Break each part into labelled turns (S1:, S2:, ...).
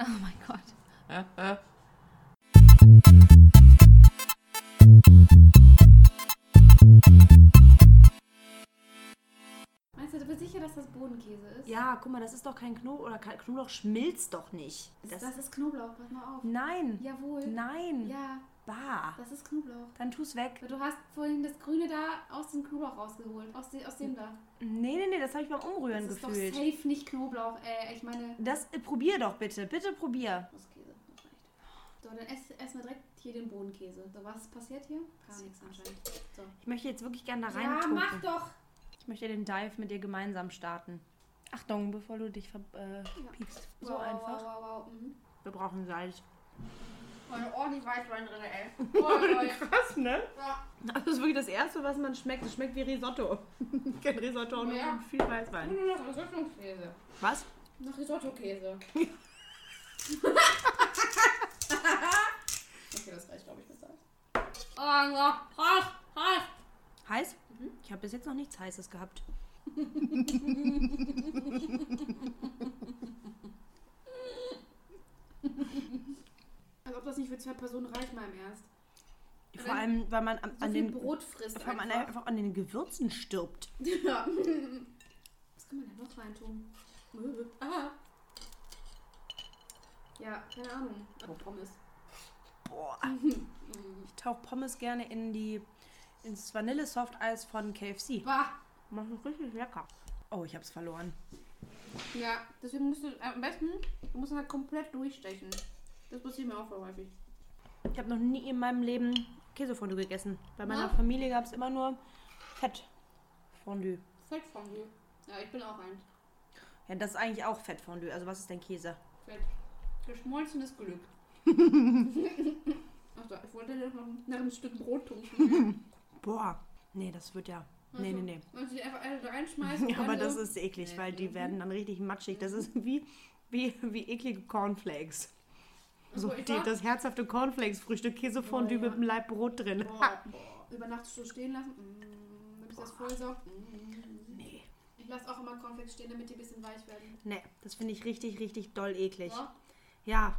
S1: Oh mein Gott. Meinst du, du bist sicher, dass das Bodenkäse ist?
S2: Ja, guck mal, das ist doch kein Knoblauch oder kein Knoblauch schmilzt doch nicht.
S1: Das, das ist Knoblauch, pass mal auf.
S2: nein.
S1: Jawohl.
S2: Nein.
S1: Ja,
S2: Bah.
S1: das ist Knoblauch.
S2: Dann tu's weg.
S1: Aber Du hast vorhin das Grüne da aus dem Knoblauch rausgeholt. Aus, de, aus dem da.
S2: Nee, nee, nee, das habe ich beim Umrühren
S1: Das ist
S2: gefühlt.
S1: doch safe nicht Knoblauch. Äh, ich meine,
S2: das äh, probier doch bitte. Bitte probier.
S1: Käse. Das reicht. So, dann ess, ess mal direkt hier den Bohnenkäse. So, was passiert hier? Gar nichts anscheinend. So.
S2: Ich möchte jetzt wirklich gerne da rein.
S1: Ja,
S2: tunken.
S1: mach doch!
S2: Ich möchte den Dive mit dir gemeinsam starten. Achtung, bevor du dich verpiekst. so
S1: Wow,
S2: einfach.
S1: Wow, wow, wow. Mhm.
S2: Wir brauchen Salz.
S1: Oh, eine ordentlich Weißwein drin, ey. Oh, Leute.
S2: Krass, ne?
S1: Ja.
S2: Das ist wirklich das Erste, was man schmeckt. Es schmeckt wie Risotto. Kein Risotto, nur
S1: Ja.
S2: mit viel Weißwein.
S1: Nur noch Risotto-Käse.
S2: Was?
S1: Noch Risotto-Käse. okay, das reicht, glaube ich, besser. Oh, ja. Heiß, heiß.
S2: Heiß? Ich habe bis jetzt noch nichts Heißes gehabt.
S1: Als Also, ob das nicht für zwei Personen reicht, mal im Ernst.
S2: Vor allem, weil man an,
S1: So
S2: an
S1: viel
S2: den ne?
S1: Brot frisst
S2: weil man
S1: einfach.
S2: einfach an den Gewürzen stirbt.
S1: Ja. Was kann man da noch reintun? Möwe. Ah. Ja, keine Ahnung.
S2: Oh,
S1: Aber Pommes.
S2: Boah. Ich tauche Pommes gerne in die ins Vanille-Softeis von KFC.
S1: Bah.
S2: Macht es richtig lecker. Oh, ich hab's verloren.
S1: Ja, deswegen musst du äh, am besten, du musst halt komplett durchstechen. Das passiert mir auch voll häufig.
S2: Ich habe noch nie in meinem Leben Käsefondue gegessen. Bei
S1: Na?
S2: meiner Familie gab es immer nur Fettfondue.
S1: Fettfondue. Ja, ich bin auch eins.
S2: Ja, das ist eigentlich auch Fettfondue. Also was ist denn Käse?
S1: Fett. Geschmolzenes Glück. Ach so, ich wollte dir noch nach einem Stück Brot tunken.
S2: Boah. Nee, das wird ja. Nee,
S1: Also,
S2: nee,
S1: Wenn du die einfach alle ne? reinschmeißt.
S2: nee.
S1: und
S2: Aber
S1: dann
S2: das
S1: so-
S2: ist eklig,
S1: Nee.
S2: weil die werden dann richtig matschig. Das ist wie, wie, wie eklige Cornflakes. So,
S1: Ach so, ich
S2: die,
S1: war-
S2: das herzhafte Cornflakes-Frühstück, Käsefondue
S1: Oh, ja.
S2: mit einem Leib Brot drin.
S1: Boah, boah. Über Nacht so stehen lassen. Mm, damit es das vollsaugt. Mm.
S2: Nee.
S1: Ich lasse auch immer Cornflakes stehen, damit die ein bisschen weich werden.
S2: Nee, das finde ich richtig, richtig doll eklig.
S1: Ja?
S2: Ja,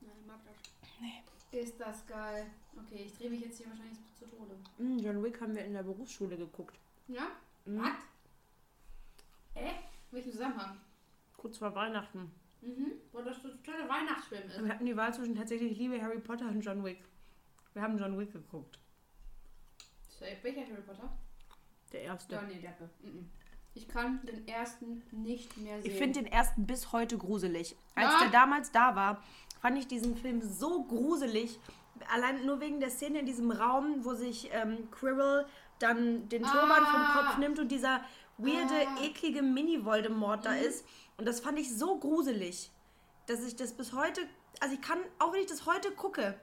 S1: Nein, ich mag das. Nee. Ist das geil. Okay, ich drehe mich jetzt hier wahrscheinlich zu Tode.
S2: Mm, John Wick haben wir in der Berufsschule geguckt.
S1: Ja? Was? Äh? Welchen Zusammenhang?
S2: Kurz vor Weihnachten.
S1: Mhm. Boah, das so ein totaler Weihnachtsfilm ist.
S2: Wir hatten die Wahl zwischen tatsächlich liebe Harry Potter und John Wick. Wir haben John Wick geguckt.
S1: Safe. Welcher Harry Potter?
S2: Der erste.
S1: Ja, nee, der. Mhm. Ich kann den ersten nicht mehr sehen.
S2: Ich finde den ersten bis heute gruselig. Als
S1: Ja.
S2: der damals da war, fand ich diesen Film so gruselig. Allein nur wegen der Szene in diesem Raum, wo sich ähm, Quirrell dann den
S1: Ah.
S2: Turban vom Kopf nimmt und dieser weirde,
S1: Ah. Mhm.
S2: eklige Mini-Voldemort da ist. Und das fand ich so gruselig, dass ich das bis heute, also ich kann, auch wenn ich das heute gucke,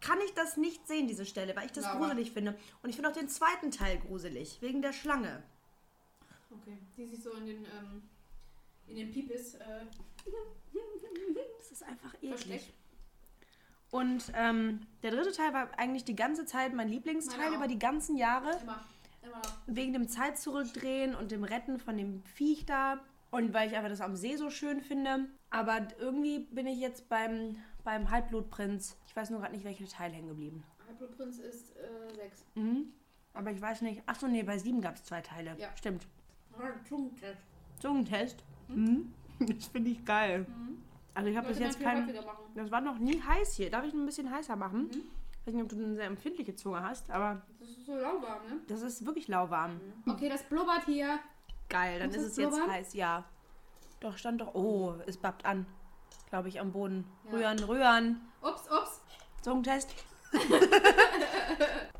S2: kann ich das nicht sehen, diese Stelle, weil ich das
S1: Ja, aber-
S2: gruselig finde. Und ich finde auch den zweiten Teil gruselig, wegen der Schlange.
S1: Okay. Die sich so in den, ähm, in den Piepis äh,
S2: Das ist einfach
S1: versteckt.
S2: Und ähm, der dritte Teil war eigentlich die ganze Zeit mein Lieblingsteil
S1: Meiner auch.
S2: über die ganzen Jahre.
S1: Immer. Immer noch.
S2: Wegen dem Zeit zurückdrehen und dem Retten von dem Viech da. Und weil ich einfach das am See so schön finde. Aber irgendwie bin ich jetzt beim, beim Halbblutprinz. Ich weiß nur gerade nicht, welcher Teil hängen geblieben.
S1: Halbblutprinz ist äh, 6.
S2: Mhm. Aber ich weiß nicht. Achso, nee, bei sieben gab es zwei Teile.
S1: Ja.
S2: Stimmt.
S1: Zungentest.
S2: Zungentest. Mhm. Das finde ich geil. Also ich habe bis
S1: Hm? Sollte man
S2: jetzt
S1: viel
S2: keinen.
S1: häufiger machen.
S2: Das war noch nie heiß hier. Darf ich ein bisschen heißer machen?
S1: Hm?
S2: Ich weiß nicht, ob du eine sehr empfindliche Zunge hast, aber
S1: Das ist so lauwarm, ne?
S2: Das ist wirklich lauwarm.
S1: Okay, das blubbert hier.
S2: Geil, dann
S1: Muss
S2: ist
S1: das
S2: es jetzt
S1: blubbern?
S2: heiß, ja. Doch, stand doch. Oh, es bappt an. Glaube ich, am Boden.
S1: Ja.
S2: Rühren, rühren.
S1: Ups, ups.
S2: Zungentest.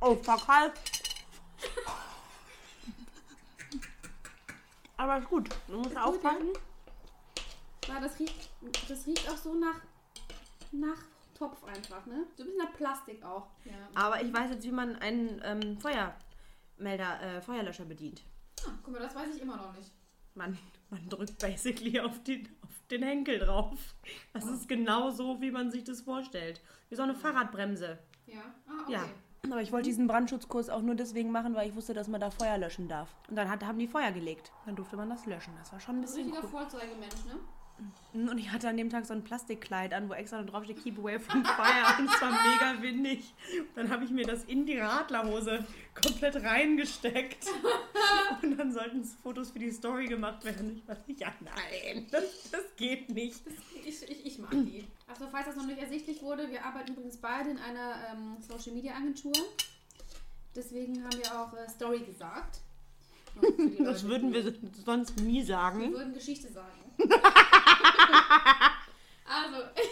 S2: oh, verkalt. Aber ist gut. Du musst
S1: gut,
S2: aufpassen.
S1: Ja, das riecht, das riecht auch so nach, nach Topf einfach, ne? So ein bisschen nach Plastik auch. Ja.
S2: Aber ich weiß jetzt, wie man einen ähm, Feuermelder, äh, Feuerlöscher bedient.
S1: Ah, guck mal, das weiß ich immer noch nicht.
S2: Man, man drückt basically auf den, auf den Henkel drauf. Das ist genau so, wie man sich das vorstellt. Wie so eine Fahrradbremse.
S1: Ja. Ah, okay.
S2: Ja. Aber ich wollte diesen Brandschutzkurs auch nur deswegen machen, weil ich wusste, dass man da Feuer löschen darf. Und dann hat, haben die Feuer gelegt. Dann durfte man das löschen. Das war schon ein
S1: Das ist
S2: bisschen
S1: ein richtiger
S2: cool.
S1: Vorzeigemensch, ne?
S2: Und ich hatte an dem Tag so ein Plastikkleid an, wo extra noch draufsteht Keep Away from Fire. Und es war mega windig. Und dann habe ich mir das in die Radlerhose komplett reingesteckt. Und dann sollten Fotos für die Story gemacht werden. Ich dachte, ja, nein, das, das geht nicht.
S1: Ich, ich, ich mag die. Also falls das noch nicht ersichtlich wurde, wir arbeiten übrigens beide in einer ähm, Social Media Agentur. Deswegen haben wir auch äh, Story gesagt. Nur für die
S2: Das
S1: Leute,
S2: würden
S1: die-
S2: wir sonst nie
S1: Wir
S2: sagen.
S1: würden Geschichte sagen. also,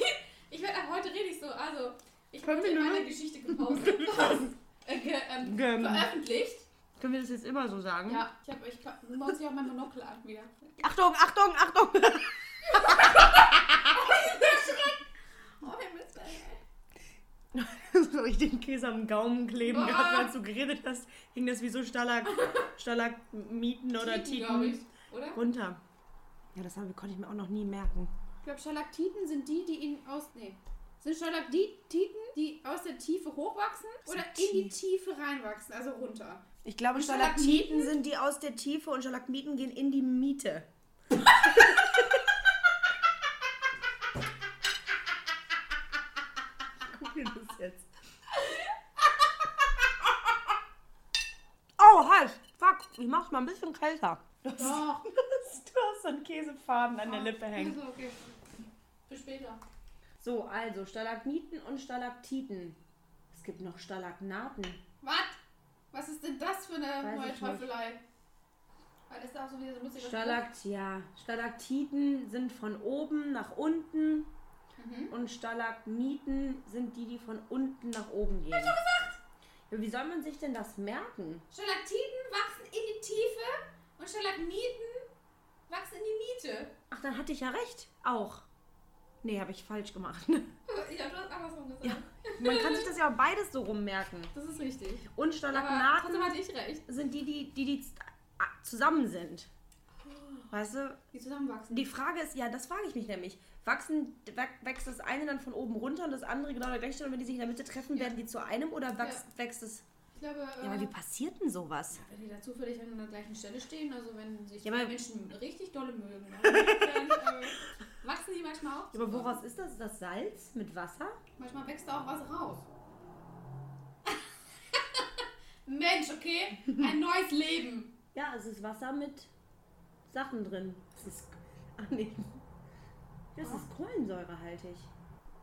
S1: ich werde ab heute rede ich so. Also, ich
S2: Können
S1: habe
S2: wir nur-
S1: meine Geschichte gepostet. äh, ge, ähm,
S2: Gem.
S1: veröffentlicht.
S2: Können wir das jetzt immer so sagen?
S1: Ja, ich habe ich pa- muss ich auch mein Monokel an wieder.
S2: Achtung, Achtung, Achtung!
S1: Oh, Herr Mister.
S2: so richtig Käse am Gaumen kleben,
S1: Boah.
S2: gerade weil du geredet hast, hing das wie so Stalag, Stalagmiten oder
S1: Titen, glaube ich.
S2: Titen
S1: Oder?
S2: runter. Ja, das habe, konnte ich mir auch noch nie merken.
S1: Ich glaube, Stalaktiten sind die, die in aus. Nee. Sind Stalaktiten, die aus der Tiefe hochwachsen oder in die Tiefe reinwachsen, also runter.
S2: Ich glaube,
S1: Und
S2: Stalaktiten
S1: Stalagmiten?
S2: sind die aus der Tiefe und Stalagmiten gehen in die Miete. Ich google das jetzt. Oh, heiß. Fuck, ich mach's mal ein bisschen kälter.
S1: Doch.
S2: Du hast so einen Käsefaden an der Lippe hängen.
S1: Also, okay. Bis später.
S2: So, also Stalagmiten und Stalaktiten. Es gibt noch Stalagnaten.
S1: Was? Was ist denn das für eine
S2: Weiß
S1: neue
S2: ich nicht.
S1: Teufelei? Weil das ist auch so wieder so lustig.
S2: Stalakt, ja. Stalaktiten sind von oben nach unten. Und Stalagmiten sind die, die von unten nach oben gehen. Hab ich doch gesagt! Ja, wie soll man sich denn das merken?
S1: Stalaktiten wachsen in die Tiefe und Stalagmiten wachsen in die Miete.
S2: Ach, dann hatte ich ja recht. Auch. Nee, habe ich falsch gemacht.
S1: Ich hab das andersrum gesagt.
S2: Man kann sich das ja auch beides so rummerken.
S1: Das ist richtig.
S2: Und
S1: Aber
S2: Stalagnaten
S1: trotzdem hatte ich recht.
S2: sind die, die, die, die z- a- zusammen sind. Weißt du,
S1: Die zusammenwachsen.
S2: Die Frage ist, ja, das frage ich mich nämlich. Wachsen, wä- wächst das eine dann von oben runter und das andere genau der gleiche Stelle und wenn die sich in der Mitte treffen,
S1: Ja.
S2: werden die zu einem oder wächst, wächst es.
S1: ich glaube,
S2: Ja, aber
S1: äh,
S2: wie passiert denn sowas?
S1: wenn die da zufällig an der gleichen Stelle stehen, also wenn sich
S2: Ja,
S1: die
S2: aber-
S1: Menschen richtig dolle mögen, dann äh, wachsen die manchmal auch.
S2: Ja, aber
S1: zusammen.
S2: woraus ist das? Ist das Salz mit Wasser?
S1: Manchmal wächst da auch was raus. Mensch, okay? Ein neues Leben.
S2: Ja, es ist Wasser mit Sachen drin. Das ist. Ach nee. Das ist kohlensäurehaltig.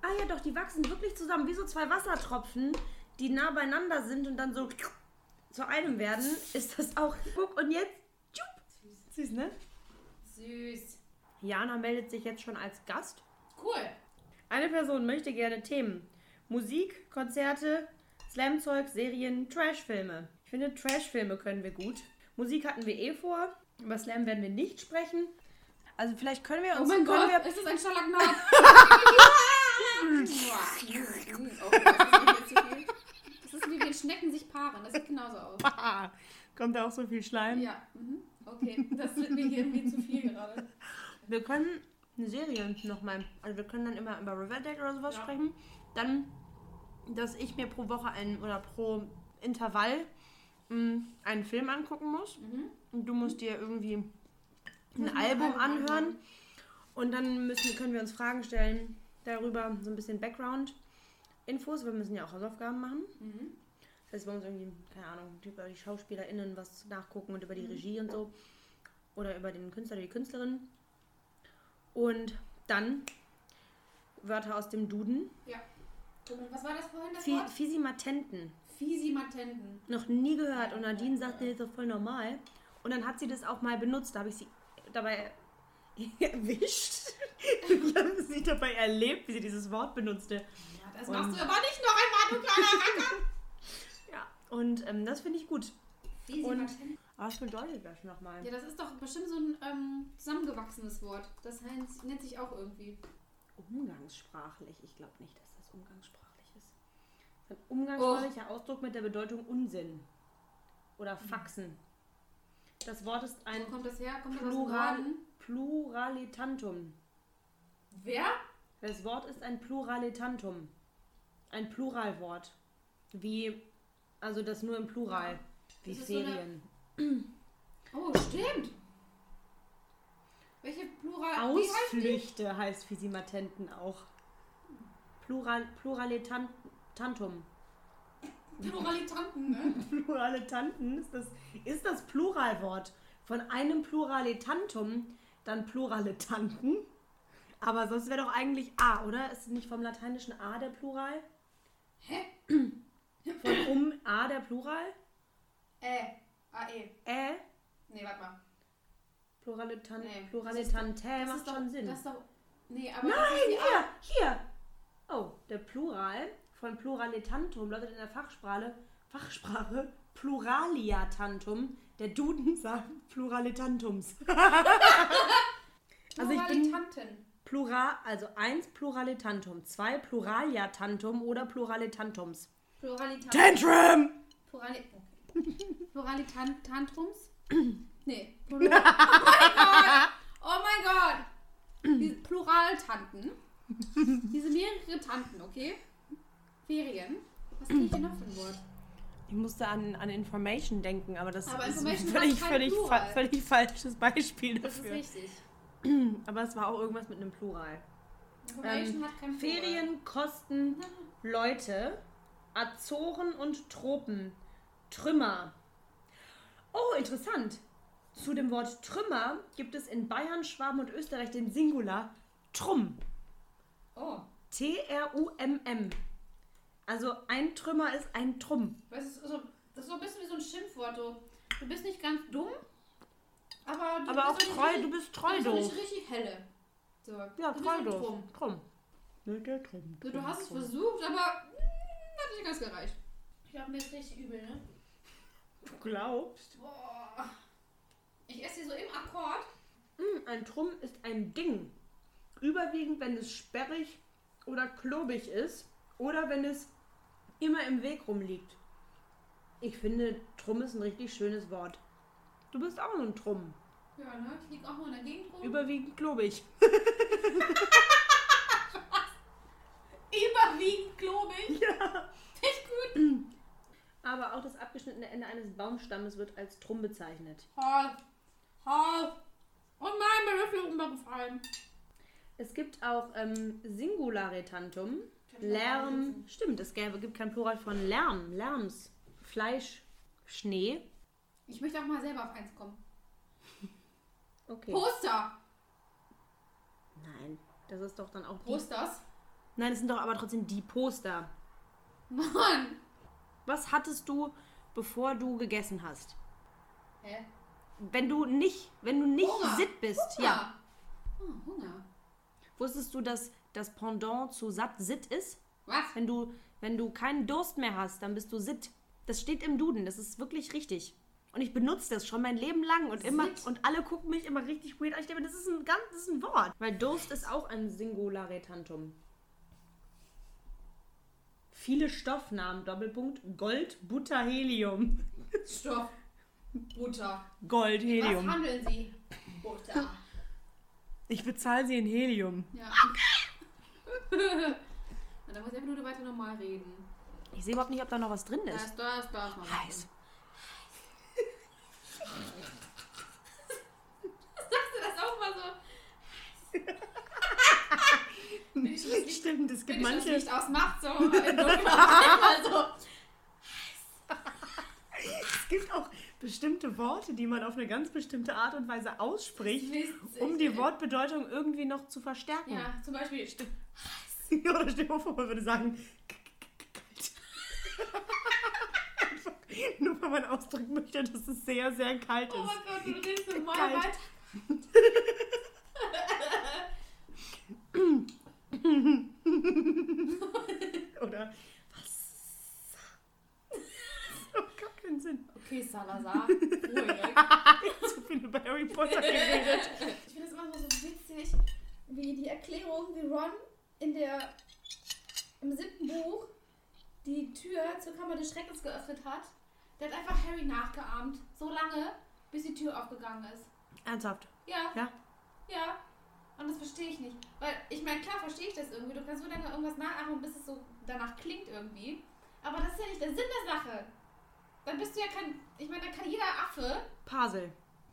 S2: Ah ja, doch, die wachsen wirklich zusammen, wie so zwei Wassertropfen, die nah beieinander sind und dann so zu einem werden. Ist das auch. Guck, und jetzt. tschupp. Süß, ne?
S1: Süß.
S2: Jana meldet sich jetzt schon als Gast.
S1: Cool.
S2: Eine Person möchte gerne Themen: Musik, Konzerte, Slamzeug, Serien, Trashfilme. Ich finde, Trashfilme können wir gut. Musik hatten wir eh vor. Über Slam werden wir nicht sprechen. Also vielleicht können wir
S1: Oh
S2: uns
S1: mein
S2: können
S1: Gott,
S2: wir,
S1: es ist ein Schalagnat. oh Gott, das ist mir zu viel. Das ist wie wenn Schnecken sich paaren. Das sieht genauso aus.
S2: Ah, kommt da auch so viel Schleim.
S1: Ja. Mhm. Okay, das wird mir hier irgendwie zu viel gerade.
S2: Wir können eine Serie nochmal. Also wir können dann immer über Riverdale oder sowas
S1: Ja.
S2: sprechen. Dann, dass ich mir pro Woche einen oder pro Intervall mh, einen Film angucken muss.
S1: Mhm.
S2: Und du musst dir irgendwie ein
S1: muss mir
S2: Album
S1: ein Album
S2: anhören. Und dann müssen, können wir uns Fragen stellen darüber, so ein bisschen Background-Infos. Wir müssen ja auch Hausaufgaben machen.
S1: Mhm.
S2: Das heißt, wir uns irgendwie, keine Ahnung, über die SchauspielerInnen was nachgucken und über
S1: Mhm.
S2: die Regie und so. Oder über den Künstler oder die Künstlerin. Und dann Wörter aus dem Duden.
S1: Ja. Moment, Was war das vorhin? Das
S2: Fi-
S1: Wort?
S2: Fisimatenten.
S1: Fisimatenten.
S2: Noch nie gehört. Und Nadine sagte, das ist doch voll normal. Und dann hat sie das auch mal benutzt. Da habe ich sie dabei erwischt. Ich habe sie dabei erlebt, wie sie dieses Wort benutzte.
S1: Ja, das
S2: Und-
S1: machst du aber nicht noch einmal, du kleiner Racker.
S2: Ja. Und ähm, das finde ich gut.
S1: Fisimatenten.
S2: Aber was bedeutet das nochmal?
S1: Ja, das ist doch bestimmt so ein ähm, zusammengewachsenes Wort. Das heißt, nennt sich auch irgendwie.
S2: Umgangssprachlich. Ich glaube nicht, dass das umgangssprachlich ist. Das ist Ein umgangssprachlicher Ausdruck mit der Bedeutung Unsinn. Oder Faxen. Das Wort ist ein
S1: Wo kommt das her? Kommt das aus dem
S2: Plural,
S1: Norden?
S2: Pluralitantum.
S1: Wer?
S2: Das Wort ist ein Pluralitantum. Ein Pluralwort. Wie, also das nur im Plural. Wie
S1: Das ist so eine-
S2: Ferien.
S1: Oh, stimmt. Welche Plural? wie heißt-
S2: Ausflüchte heißt für sie Matenten auch. Plural, Pluralitantum.
S1: Pluralitanten, ne?
S2: Pluralitanten ist das, ist das Pluralwort. Von einem Pluralitantum dann Pluralitanten. Aber sonst wäre doch eigentlich A, oder? Ist nicht vom lateinischen A der Plural?
S1: Hä?
S2: Von um A der Plural?
S1: Äh, AE.
S2: Ä?
S1: Nee, warte mal.
S2: Pluralitan,
S1: Nee. Das
S2: Pluralitantä Äh, macht
S1: ist doch,
S2: schon Sinn.
S1: Das ist doch, nee, aber
S2: Nein,
S1: das ist die
S2: hier, hier. Oh, der Plural von Pluralitantum lautet in der Fachsprache, Fachsprache Pluraliatantum. Der Duden sagt Pluralitantums. also ich bin
S1: Pluralitanten.
S2: Plural, also eins Pluralitantum, zwei Pluraliatantum oder Pluralitantums.
S1: Pluralitanten.
S2: Tantrum!
S1: Plurali Pluralitan Tantrums? Nee. Plural oh mein Gott! Oh mein Gott! Die Pluraltanten. Diese mehrere Tanten, okay? Ferien. Was kriege ich denn noch für ein Wort?
S3: Ich musste an, an Information denken, aber das
S1: Aber
S3: ist ein
S1: Information
S3: völlig,
S1: hat kein
S3: völlig,
S1: Plural.
S3: fa völlig falsches Beispiel
S1: Das ist
S3: dafür.
S1: richtig.
S2: Aber es war auch irgendwas mit einem Plural.
S1: Information hat kein Plural.
S2: Ferien kosten Leute, Azoren und Tropen, Trümmer. Oh, interessant. Zu dem Wort Trümmer gibt es in Bayern, Schwaben und Österreich den Singular Trumm.
S1: Oh,
S2: T-R-U-M-M. Also ein Trümmer ist ein Trumm.
S1: das ist, so, das ist so ein bisschen wie so ein Schimpfwort. So. Du bist nicht ganz dumm, aber du
S3: Aber auch
S1: bist
S3: treu,
S1: nicht,
S3: du bist treu,
S1: du.
S3: doof.
S1: bist nicht richtig helle. So.
S3: Ja,
S1: du bist
S3: treu,
S1: ein
S3: doof.
S1: Trumm.
S3: Krumm.
S2: Ne, der Trumm.
S1: So, du hast es versucht, aber mm, hat nicht ganz gereicht. Ich glaube, mir ist richtig übel, ne?
S2: Du glaubst.
S1: Boah. Ich esse hier so im Akkord.
S2: Hm, Ein Trumm ist ein Ding. Überwiegend, wenn es sperrig oder klobig ist oder wenn es immer im Weg rumliegt. Ich finde, Trumm ist ein richtig schönes Wort. Du bist auch so ein Trumm.
S1: Ja, ne? Ich liege auch nur in der Gegend rum.
S2: Überwiegend klobig.
S1: Überwiegend klobig. Ja. Nicht gut.
S2: Aber auch das abgeschnittene Ende eines Baumstammes wird als Trumm bezeichnet.
S1: Halt. Halt. Und mein Belüffel runtergefallen.
S2: Es gibt auch ähm, Singularitantum. Lärm. Stimmt, es gäbe, gibt kein Plural von Lärm. Lärms. Fleisch. Schnee.
S1: Ich möchte auch mal selber auf eins kommen.
S2: Okay.
S1: Poster.
S2: Nein, das ist doch dann auch die
S1: Posters.
S2: Nein, es sind doch aber trotzdem die Poster.
S1: Mann.
S2: Was hattest du, bevor du gegessen hast?
S1: Hä?
S2: Wenn du nicht, wenn du nicht
S1: Hunger.
S2: sitt bist, ja.
S1: Ja. Oh, Hunger.
S2: Wusstest du, dass das Pendant zu satt sitt ist?
S1: Was?
S2: Wenn du, wenn du keinen Durst mehr hast, dann bist du sitt. Das steht im Duden, das ist wirklich richtig. Und ich benutze das schon mein Leben lang und immer
S1: Sitt?
S2: und alle gucken mich immer richtig weird an. Ich denke, mir, das ist ein ganz, das ist ein Wort. Weil Durst ist auch ein Singularitantum. Viele Stoffnamen, Doppelpunkt, Gold, Butter, Helium.
S1: Stoff. Butter.
S3: Gold,
S1: Was
S3: Helium.
S1: handeln Sie? Butter.
S3: Ich bezahle sie in Helium.
S1: Ja. Und dann muss ich einfach nur weiter normal reden.
S3: Ich sehe überhaupt nicht, ob da noch was drin ist.
S1: Das, das, das. Mal
S3: Heiß.
S1: Sagst du das auch mal so? Wenn ich schon das Licht,
S2: Stimmt, es
S1: wenn
S2: gibt
S1: ich schon das
S2: manche.
S1: Licht ausmacht, so also, im Dunkeln auf einmal so.
S2: Es gibt auch bestimmte Worte, die man auf eine ganz bestimmte Art und Weise ausspricht,
S1: Witzig.
S2: um die Wortbedeutung irgendwie noch zu verstärken.
S1: Ja, zum Beispiel.
S2: Oder stell dir mal vor, man würde sagen. k- k- kalt. Einfach Nur weil man ausdrücken möchte, dass es sehr, sehr kalt
S1: Oh
S2: ist.
S1: mein Gott, du redest normal
S2: Kalt.
S1: weiter.
S2: Oder was? Das macht gar keinen Sinn.
S1: Okay, Salazar. Ruhig.
S2: Zu viel über Harry Potter geredet.
S1: Ich finde das immer so witzig, wie die Erklärung, wie Ron in der, im siebten Buch die Tür zur Kammer des Schreckens geöffnet hat. Der hat einfach Harry nachgeahmt. So lange, bis die Tür aufgegangen ist.
S2: Ernsthaft.
S1: Ja.
S2: Ja.
S1: Ja. Und das verstehe ich nicht. Weil, ich meine, klar verstehe ich das irgendwie. Du kannst so lange irgendwas nachahmen, bis es so danach klingt irgendwie. Aber das ist ja nicht der Sinn der Sache. Dann bist du ja kein. Ich meine, dann kann jeder Affe
S2: Pasel.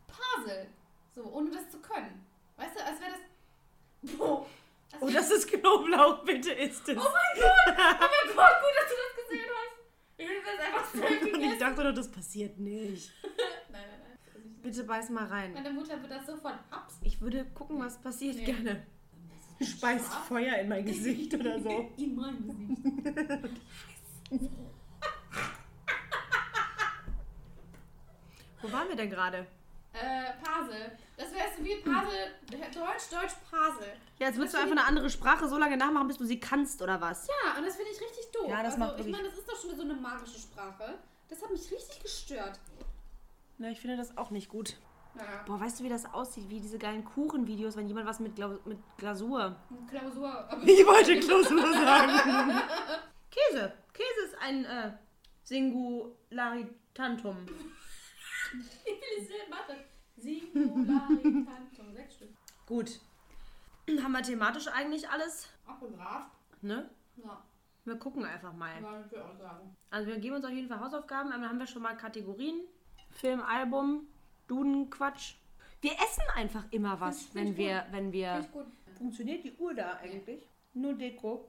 S1: Basel. So, ohne das zu können. Weißt du, als wäre das. Boah. Als
S2: Oh,
S1: wär-
S2: das ist Knoblauch, bitte isst es.
S1: oh mein Gott! Oh mein Gott, gut, dass du das gesehen hast. Ich will das einfach straight
S2: Und ich
S1: gegessen.
S2: dachte doch, das passiert nicht.
S1: Nein, nein, nein. das ist nicht-
S2: Bitte beiß mal rein.
S1: Meine Mutter wird das sofort abs.
S2: Ich würde gucken, was passiert
S1: Nee.
S2: gerne. Speist
S1: scharf.
S2: Feuer in mein Gesicht oder so.
S1: In mein Gesicht.
S2: Wo waren wir denn gerade?
S1: Äh, Pasel. Das wärst du wie Pasel. Deutsch, Deutsch, Pasel.
S2: Ja, jetzt willst du einfach eine andere Sprache so lange nachmachen, bis du sie kannst oder was?
S1: Ja, und das finde ich richtig doof.
S2: Ja, das
S1: also,
S2: macht
S1: ich
S2: wirklich-
S1: meine, das ist doch schon so eine magische Sprache. Das hat mich richtig gestört.
S2: Na, ich finde das auch nicht gut.
S1: Naja,
S2: Boah, weißt du, wie das aussieht? Wie diese geilen Kuchenvideos, wenn jemand was mit, Glau mit Glasur.
S1: Klausur. Aber
S2: Ich wollte Glasur sagen.
S4: Käse. Käse ist ein äh, Singularitantum.
S1: wie viele Silben hat das? Singularitantum. Sechs Stück.
S4: Gut.
S2: Haben wir thematisch eigentlich alles?
S1: Abgegrast.
S2: Ne?
S1: Ja,
S2: Wir gucken einfach mal.
S1: kann ich auch sagen.
S2: Also wir geben uns auf jeden Fall Hausaufgaben, aber dann haben wir schon mal Kategorien. Film, Album, Duden, Quatsch. Wir essen einfach immer
S1: Find
S2: was,
S1: ich
S2: wenn
S1: gut.
S2: wir, wenn wir...
S1: Finde ich gut.
S4: Funktioniert die Uhr da eigentlich? Nur Deko.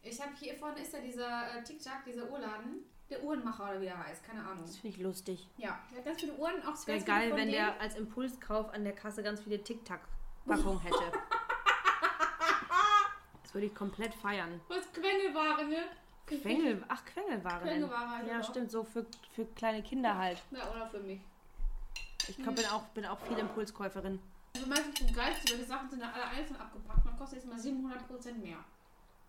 S1: Ich habe hier vorne ist ja dieser äh, TikTok, dieser Uhrladen. Der Uhrenmacher oder wie der heißt. Keine Ahnung.
S2: Das finde ich lustig.
S1: Ja, der hat ganz viele Uhren. Auch
S2: Es wäre geil, wenn der als Impulskauf an der Kasse ganz viele Tic-Tac-Packungen hätte. Das würde ich komplett feiern.
S1: Was Quengelware, ne?
S2: Quengel, ach, Quengelware. nennen.
S1: Quengelware heißt
S4: genau.
S2: Ja,
S1: das auch.
S2: stimmt, so für, für kleine Kinder halt.
S1: Ja, oder für mich.
S2: Ich glaub, bin, auch, bin auch viel Impulskäuferin.
S1: Also meistens zum Geist, weil die Sachen sind ja alle einzeln abgepackt. Man kostet jetzt mal 700% mehr.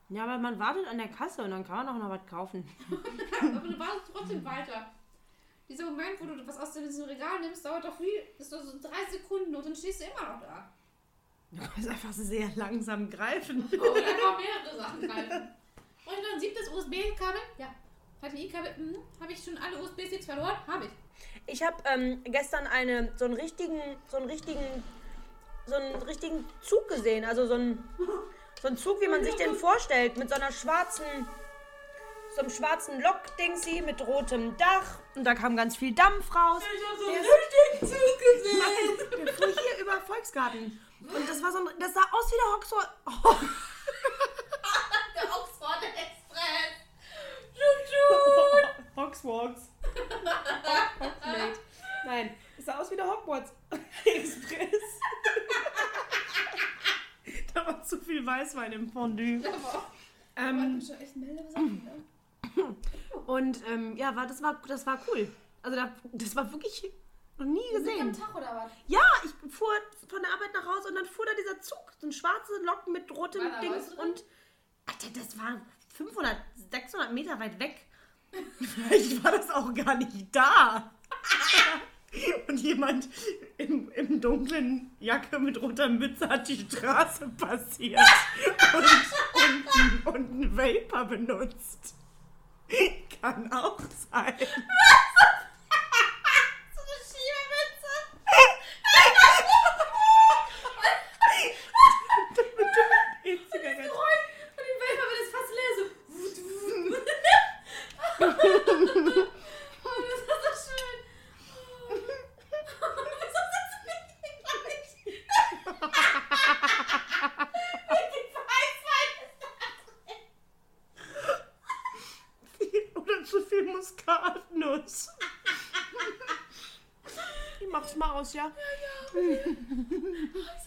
S2: Ja, aber man wartet an der Kasse und dann kann man auch noch was kaufen.
S1: Aber du warst trotzdem weiter. Dieser Moment, wo du was aus diesem Regal nimmst, dauert doch viel. Ist doch so drei Sekunden und dann stehst du immer noch da.
S2: Du kannst einfach sehr langsam greifen.
S1: Und einfach mehrere Sachen greifen. Brauche ich noch ein siebtes USB-Kabel? Ja. HDMI-Kabel? Hm. Habe ich schon alle USBs jetzt verloren? Habe ich.
S2: Ich habe ähm, gestern eine, so einen richtigen, so einen richtigen, so einen richtigen Zug gesehen. Also so einen, so einen Zug, wie man sich den vorstellt, mit so einer schwarzen, so einem schwarzen Lok-Dingsy mit rotem Dach. Und da kam ganz viel Dampf raus.
S1: Ich habe so
S2: einen
S1: richtigen Zug gesehen.
S2: Nein, der fuhr hier über Volksgarten. Und das war so ein, das sah aus wie der Hoxor. Oh,
S1: Der Oxford Express. Tschüss.
S2: Hoxworks. Nein, es sah aus wie der Hogwarts Express. da war zu viel Weißwein im Fondue. Ähm,
S1: schon echt milde Sachen, ne?
S2: und ähm, ja, war, das, war, das war cool. Also da, das war wirklich noch nie
S1: Am
S2: gesehen.
S1: Tag oder was?
S2: Ja, ich fuhr von der Arbeit nach Hause und dann fuhr da dieser Zug, so ein schwarze Lok mit rotem
S1: War da
S2: Dings
S1: Leute drin?
S2: und Alter, das war 500, 600 Meter weit weg. Vielleicht war das auch gar nicht da. Und jemand im, im dunklen Jacke mit roter Mütze hat die Straße passiert und, und, und einen Vapor benutzt. Kann auch sein.
S1: So eine Schiebewitze.
S2: 哎
S1: Freund, und die Welt war das fast leer. So. wut, wut. oh, das war so schön. Oh. Wieso sitzen wir hier gleich? Wie viel Weißwein ist da drin?
S2: Oder zu viel Muskatnuss. Ich mach's mal aus, ja?
S1: Was soll das?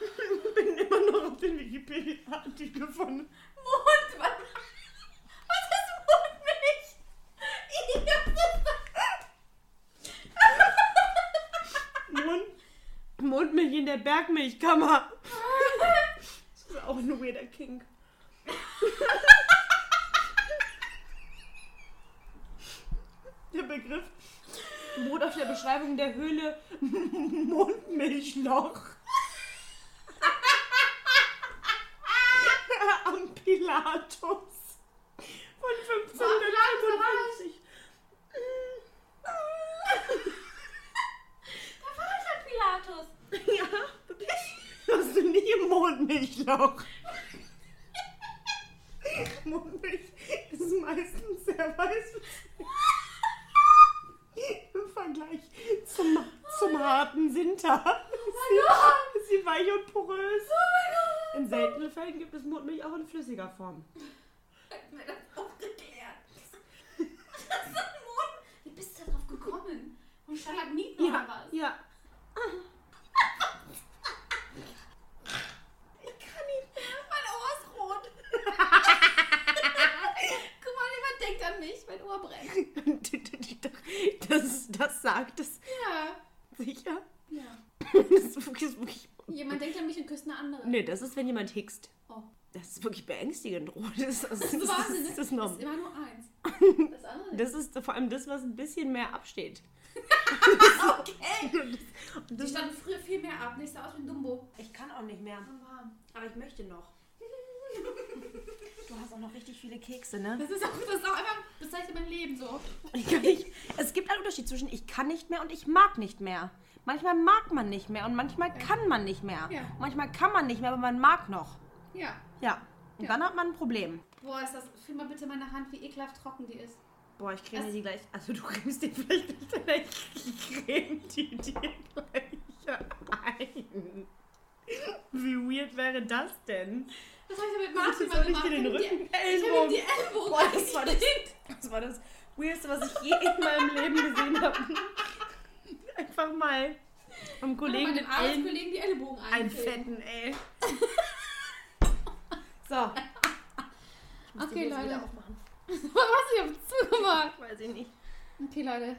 S2: Ich bin immer noch auf den Wikipedia-Artikel von.
S1: Mond, was? Was ist Mondmilch? Ich hab
S2: Mund Mundmilch in der Bergmilchkammer.
S1: das.
S2: Das ist auch ein weirder Kink. Der Begriff beruht auf der Beschreibung der Höhle Mundmilchloch. Am Pilatus von 1555.
S1: Da war ich halt Pilatus.
S2: Ja, hast du nie im Mondmilchlauch. Mondmilch ist meistens sehr weiß.
S4: Vergleich zum, zum harten Sinter. sie, sie weich und porös. In seltenen Fällen gibt es Mutmilch auch in flüssiger Form.
S1: Hat mir das aufgeklärt. Das ist ein Mond. Wie bist du darauf gekommen? Und Stalagniten oder was?
S4: ja.
S1: Mein Ohr ist rot. Guck mal, jemand denkt an mich. Mein Ohr brennt.
S2: Das, das sagt es
S1: Ja.
S2: sicher.
S1: Ja.
S2: Das ist wirklich, das ist wirklich
S1: Jemand denkt an mich und küsst eine andere.
S2: Nee, das ist, wenn jemand hickst.
S1: Oh.
S2: Das ist wirklich beängstigend rot. Das, das, das,
S1: Das ist
S2: das,
S1: Wahnsinn.
S2: das,
S1: ne?
S2: ist
S1: Das
S2: normal.
S1: ist immer nur eins. Das andere.
S2: Das ist vor allem das, was ein bisschen mehr absteht.
S1: okay. Die
S2: Das,
S1: standen früher viel mehr ab. Nicht so aus wie ein Dumbo.
S2: ich kann auch nicht mehr,
S1: Und warm.
S2: aber ich möchte noch. Du hast auch noch richtig viele Kekse, ne?
S1: Das ist auch, das ist auch einfach bezeichnet mein Leben so.
S2: Ich kann nicht, es gibt einen Unterschied zwischen ich kann nicht mehr und ich mag nicht mehr. Manchmal mag man nicht mehr und manchmal kann man nicht mehr.
S1: Ja.
S2: Manchmal kann man nicht mehr, aber man mag noch.
S1: Ja.
S2: Ja. Und
S1: Ja.
S2: dann hat man ein Problem.
S1: Boah, ist das. Fühl mal bitte meine Hand, wie ekelhaft trocken die ist.
S2: Boah, ich
S1: Das-
S2: die gleich. Also du cremst die vielleicht nicht, aber ich creme die dir gleich ein. Wie weird wäre das denn?
S1: Das habe ich ja mit Martin
S2: Das hab
S1: mal
S2: ich dir
S1: gemacht.
S2: den
S1: hab ihm
S2: Rücken-
S1: die, ich habe ihm die Ellbogen
S2: Boah, das war das-
S1: gekriegt.
S2: Das war das Weirdeste, was ich je in meinem Leben gesehen habe. Einfach mal einem Kollegen
S1: meinem
S2: den Ellen
S1: Arbeitskollegen die Ellbogen ein.
S2: einen fetten, ey. So.
S1: Okay, Leute.
S2: aufmachen.
S1: Was hast du hier zugemacht?
S2: Weiß ich nicht.
S1: Okay, Leute.